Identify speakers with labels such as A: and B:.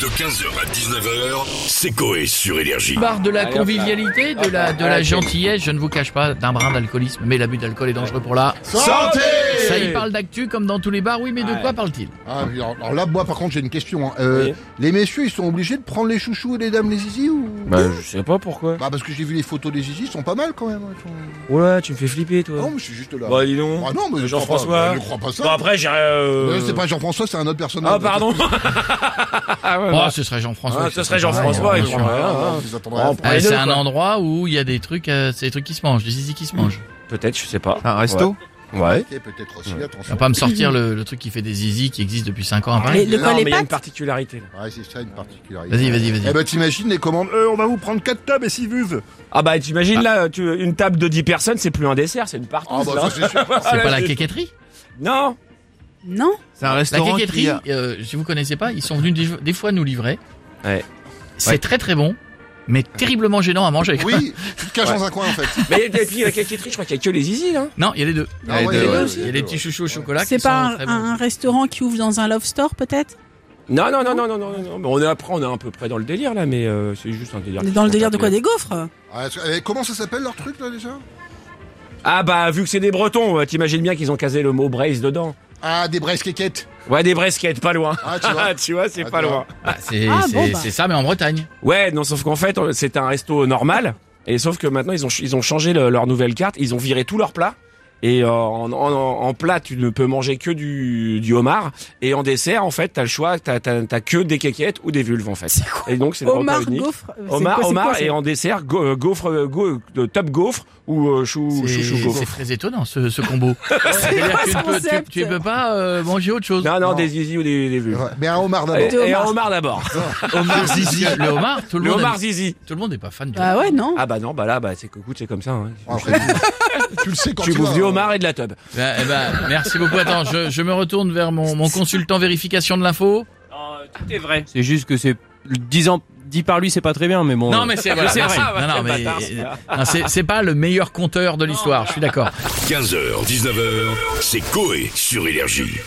A: De 15h à 19h, c'est Coé sur Énergie.
B: Barre de la
C: Allez, hop là.
B: convivialité, de la, de la gentillesse, je ne vous cache pas d'un brin d'alcoolisme, mais l'abus d'alcool est dangereux pour la...
D: Santé
B: Ça y parle d'actu comme dans tous les bars, oui, mais de quoi parle-t-il
D: Ah, oui, alors, alors là, moi, par contre, j'ai une question. hein. Euh,
C: Oui.
D: Les messieurs, ils sont obligés de prendre les chouchous et les dames les zizi ou
C: Bah je sais pas pourquoi.
D: Bah, parce que j'ai vu les photos des zizi, ils sont pas mal quand même. hein, ils sont-
C: Ouais, tu me fais flipper
D: Non,
C: toi.
D: mais je suis juste là.
C: Bah dis donc.
D: Ah non, mais je
C: Jean-François.
D: crois pas- Je crois pas ça.
C: Bon après j'ai... euh,
D: Euh, C'est pas Jean-François, c'est un autre personnage.
C: Ah pardon. ah, ouais,
B: Oh,
C: bah.
B: ce serait Jean-François.
C: Ah,
B: etc.
C: ce serait Jean-François.
B: Ouais,
C: il
B: bien sûr.
C: prendrait un,
D: Ah,
C: hein.
D: vous attendrez à-
C: Oh,
B: Eh,
C: Les
B: c'est
C: deux,
B: un
C: quoi.
B: endroit où il y a des trucs, euh, c'est des trucs qui se mangent, des zizi qui se mangent.
C: Peut-être, je sais pas.
E: Un resto Ouais.
D: Ok, Peut-être aussi,
B: On
D: attention.
B: va pas me sortir le, le truc qui fait des zizi qui existe depuis 5 ans à Paris.
F: Le, le
C: Non, mais
F: volet
C: il y a une
F: pâte
C: particularité. là.
D: Ouais, c'est ça une particularité.
B: Vas-y, vas-y, vas-y.
D: Eh
C: ben,
D: bah, t'imagines les commandes. Euh, on va vous prendre 4 tables et 6 vuves.
C: Ah bah t'imagines là, tu, une table de 10 personnes, c'est plus un dessert, c'est une partie.
D: Ah, bah, ça, c'est sûr.
B: C'est pas la quéqueterie
C: Non.
F: Non
E: C'est un
B: La
E: restaurant
B: quéqueterie,
E: qui a...
B: euh, si vous connaissez pas, ils sont venus des, des fois nous livrer.
C: Ouais.
B: C'est très très bon, mais terriblement gênant à manger.
D: Oui, tu te caches dans un coin, en fait.
C: Mais et puis la quéqueterie, je crois qu'il y a que les hein. zizi là.
B: Non, il y a les deux.
D: Ah, ouais,
E: deux,
D: ouais,
E: ouais.
D: ouais,
B: Il y a les petits chouchous au chocolat qui
F: C'est
B: sont
F: pas un,
B: très bons.
F: un restaurant qui ouvre dans un love store peut-être
C: Non, non, non, non, non, non, non, non. Mais on est après, on est à peu près dans le délire là, mais euh, c'est juste un délire.
F: On est
C: qui
F: dans le
C: se
F: délire de quoi
C: contacte.
F: Des gaufres
D: Ah, eh, Comment ça s'appelle leur truc, là, déjà
C: Ah bah vu que c'est des Bretons, euh, t'imagines bien qu'ils ont casé le mot braise dedans.
D: Ah, des braises quéquettes.
C: Ouais, des bresquettes, pas loin.
D: Ah, tu vois.
C: tu vois, c'est
D: Ah,
C: pas
D: tu vois.
C: loin.
B: Bah, c'est
F: Ah,
B: c'est-
F: bon, bah.
B: c'est ça, mais en Bretagne.
C: Ouais, non, sauf qu'en fait, on- c'est un resto normal. Et sauf que maintenant, ils ont, ch- ils ont changé le- leur nouvelle carte. Ils ont viré tous leurs plats. Et euh, en, en- en plat, tu ne peux manger que du, du homard. Et en dessert, en fait, t'as le choix. T'as, t'as, t'as que des quéquettes ou des vulves, en fait. et donc, c'est le
F: Omar,
C: repas unique.
F: gaufre euh, c'est
C: Homard,
F: quoi- c'est
C: homard,
F: quoi, c'est-
C: et en dessert, go- euh, gaufre, euh, go- de top gaufre ou euh, chou,
B: C'est
C: chouchou gaufre.
B: c'est très étonnant ce, ce combo. C'est-à-dire
F: quoi
B: que
F: ce
B: tu ne peux- tu-
F: concept
B: tu ne peux pas euh, manger autre chose.
C: Non, non,
D: Non.
C: des zizi ou des, des vulves.
D: Ouais, Mais un homard d'abord.
C: Et,
F: Des
C: et un
F: homards.
C: homard d'abord.
B: Homard zizi. Le homard, tout le,
C: Le
B: monde
C: homard
B: aime-
C: zizi.
B: tout le monde n'est pas fan du
F: Bah ouais, non.
C: Ah bah non, bah là, bah c'est que- écoute, c'est comme ça. hein.
D: Après, tu- tu le sais quand
C: Tu
D: tu
C: bouffes
D: vas,
C: du
D: hein.
C: homard et de la tub.
B: Bah, eh ben, merci beaucoup. Attends, je, je me retourne vers mon, mon consultant vérification de l'info.
C: Tout est vrai.
G: C'est juste que c'est 10 ans dit par lui, c'est pas très bien, mais bon.
B: Non, mais c'est voilà,
C: C'est
B: merci.
C: vrai.
B: Non, non,
C: Quel
B: mais
C: bâtard,
B: euh, non, c'est c'est pas le meilleur compteur de l'histoire. Je suis d'accord.
A: 15h, 19h, c'est Coé sur Énergie.